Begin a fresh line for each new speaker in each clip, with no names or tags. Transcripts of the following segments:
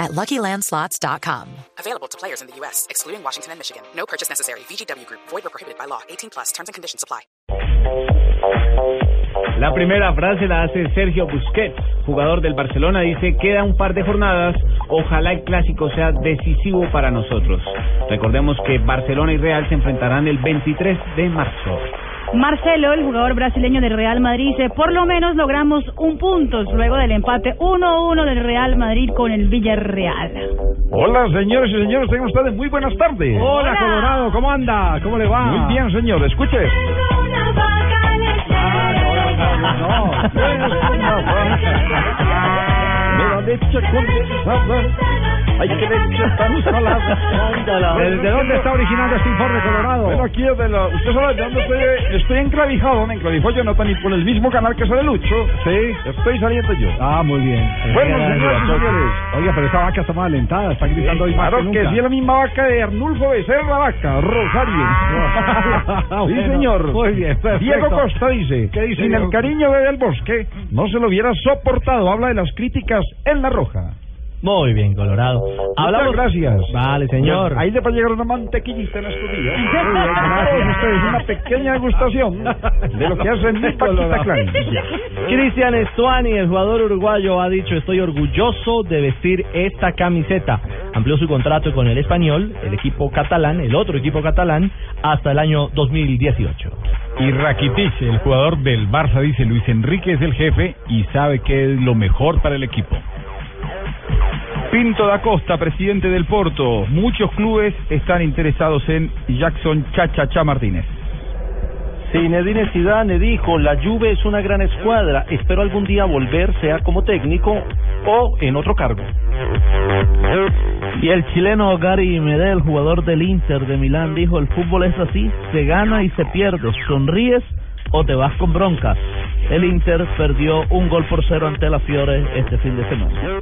at luckylandslots.com.
Available to players in the U.S., excluding Washington and Michigan. No purchase necessary. VGW Group, void or prohibited by law. 18 plus terms and conditions apply.
La primera frase la hace Sergio Busquets, jugador del Barcelona. Dice, queda un par de jornadas, ojalá el clásico sea decisivo para nosotros. Recordemos que Barcelona y Real se enfrentarán el 23 de marzo.
Marcelo, el jugador brasileño del Real Madrid, dice, por lo menos logramos un punto luego del empate 1-1 del Real Madrid con el Villarreal.
Hola, señores y señores, tengan ustedes muy buenas tardes.
Hola. Colorado,
¿cómo anda? ¿Cómo le va? Muy bien, señor, escuche.
Ah,
Mira, leche con sabor. Ay, qué leche tan salada.
¿Desde dónde está originando este informe,
Bueno,
Colorado?
aquí es de la... Usted sabe de dónde estoy... Estoy enclavijado, me enclavijó Jonathan, y por el mismo canal que sale Lucho. Sí. Estoy saliendo yo.
Ah, muy bien.
Bueno, señoras y señores.
Oiga, pero esta vaca está más alentada, está gritando hoy más
Claro que, sí, es la misma vaca de Arnulfo Becerra Vaca, Rosario. sí,
Ah, Bueno,
señor.
muy bien, perfecto.
Diego Costa dice,
¿Qué dice
sin
Diego
el cariño de Del Bosque, no se lo hubiera soportado. Habla de las críticas en La Roja.
Muy bien, Colorado.
Muchas gracias.
Vale, señor.
Ahí le va a llegar una mantequillita en estos días. Para todos ustedes, una pequeña degustación de lo que hace mi Paquita Clan.
Cristian Estuani, el jugador uruguayo, ha dicho: Estoy orgulloso de vestir esta camiseta. Amplió su contrato con el español, el equipo catalán, el otro equipo catalán, hasta el año 2018.
Y Rakitic, el jugador del Barça, dice Luis Enrique es el jefe y sabe que es lo mejor para el equipo. Pinto da Costa, presidente del Porto. Muchos clubes están interesados en Jackson Chachacha Martínez.
Zinedine Zidane dijo, la Juve es una gran escuadra, espero algún día volver, sea como técnico o en otro cargo.
Y el chileno Gary Medel, jugador del Inter de Milán, dijo: El fútbol es así, se gana y se pierde. Sonríes o te vas con broncas. El Inter perdió un gol por cero ante la Fiore este fin de semana.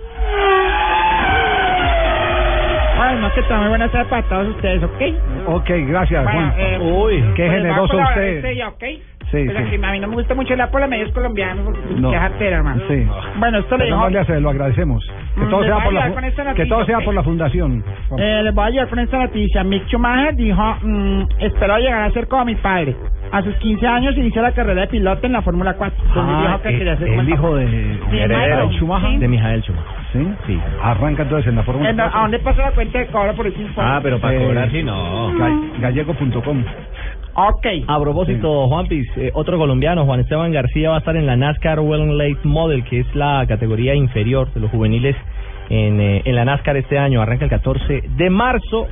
Además que tomen buenas tardes para todos ustedes, ¿ok?
Ok, gracias, Juan.
eh,
Uy, qué
pues,
generoso
va a colaborar
usted.
este día, ¿ok?
Sí,
Pero
sí.
que a mí no me gusta mucho la pola, me es colombiano, porque
No.
qué jartera, hermano.
Sí.
Bueno, esto le
Pero
dijo...
no le hace, lo agradecemos. Que
Mm,
todo
le
sea
voy a
por la,
ayudar con esta
fu- que
noticia,
todo sea
ok.
por la fundación.
Eh, les voy a ayudar con esta noticia. Mick Schumacher dijo, mm, espero llegar a ser como mi padre. A sus 15 años inició la carrera de piloto en la Fórmula 4. Entonces dijo que quería ser
Ah, eh, el
como el
hijo
papá.
de
Michael,
Schumacher.
sí.
De Mijael Schumacher.
¿Sí? sí. Ah, Arranca entonces en la Fórmula
Eh, no, Eh,
4.
¿A dónde pasa la cuenta de cobro por ese informe?
pero
para cobrar sí no.
Gallego.com.
Ok.
Ah,
A propósito, Juanpis, eh, otro colombiano, Juan Esteban García, va a estar en la NASCAR Welland Late Model, que es la categoría inferior de los juveniles en, eh, en la NASCAR este año. Arranca el 14 de marzo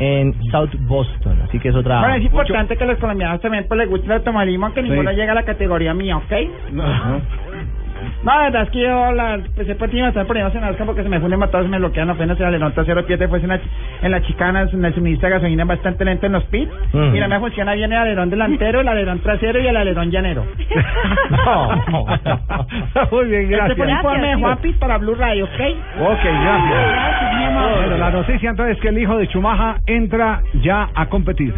en South Boston. Así que es otra.
Bueno, es importante que los colombianos también pues, les guste el automovilismo, aunque ninguno llega a la categoría mía, ¿ok? No, la verdad es que yo la empecé por ti, me están poniendo en asco porque se me funden matados, se me bloquean apenas se le nota cero pies después en la, en la chicana, en el suministro de gasolina es bastante lento en los pits
Ujú.
y no me funciona bien el alerón delantero, el alerón trasero y el alerón llanero.
No. Muy bien,
Este fue el
gracias.
informe de Juanpis para Blue Radio, ¿ok?
Ok, gracias. Bueno, la noticia entonces es que el hijo de Chumaja entra ya a competir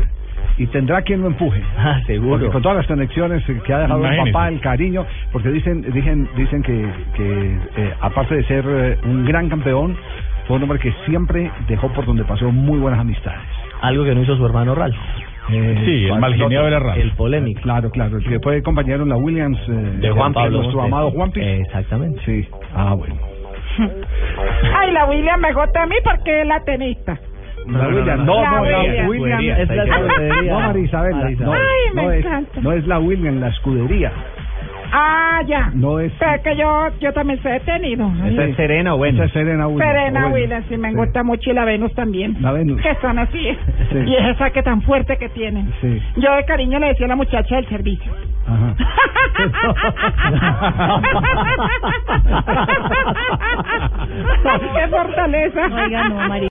y tendrá quien lo empuje.
Ah, seguro.
Porque con todas las conexiones eh, que ha dejado el
Imagínese.
papá, el cariño, porque dicen dicen, dicen que, que, eh, aparte de ser eh, un gran campeón, fue un hombre que siempre dejó por donde pasó muy buenas amistades.
Algo que no hizo su hermano Ralph.
Eh,
Sí, el
¿cuál?
mal geniado era Rafa.
El polémico.
Claro, claro, el que fue compañero en la Williams eh, de
Juan Pablo, Eh,
nuestro
de-
amado Juanpi.
Exactamente.
Sí, ah, bueno.
Ay, la William me jota a mí porque es la tenista.
La Williams, no,
no, no,
no,
la
la
Williams.
Williams
Es la escudería.
No, María Isabel, la-
María
no,
Isabel.
Ay, me
no es,
encanta.
no es la Williams, la escudería.
Ah, ya.
No es-
Pero es que yo, yo también soy detenido.
Esa es serena, bueno.
Esa es Serena Williams.
Serena
Bueno,
Williams, sí, me
sí.
gusta mucho y la Venus también.
La Venus.
Que son así.
Sí.
Y es esa que tan fuerte que tienen.
Sí.
Yo de cariño le decía a la muchacha del servicio.
Ajá.
¡Qué fortaleza!
Oiga, no, María.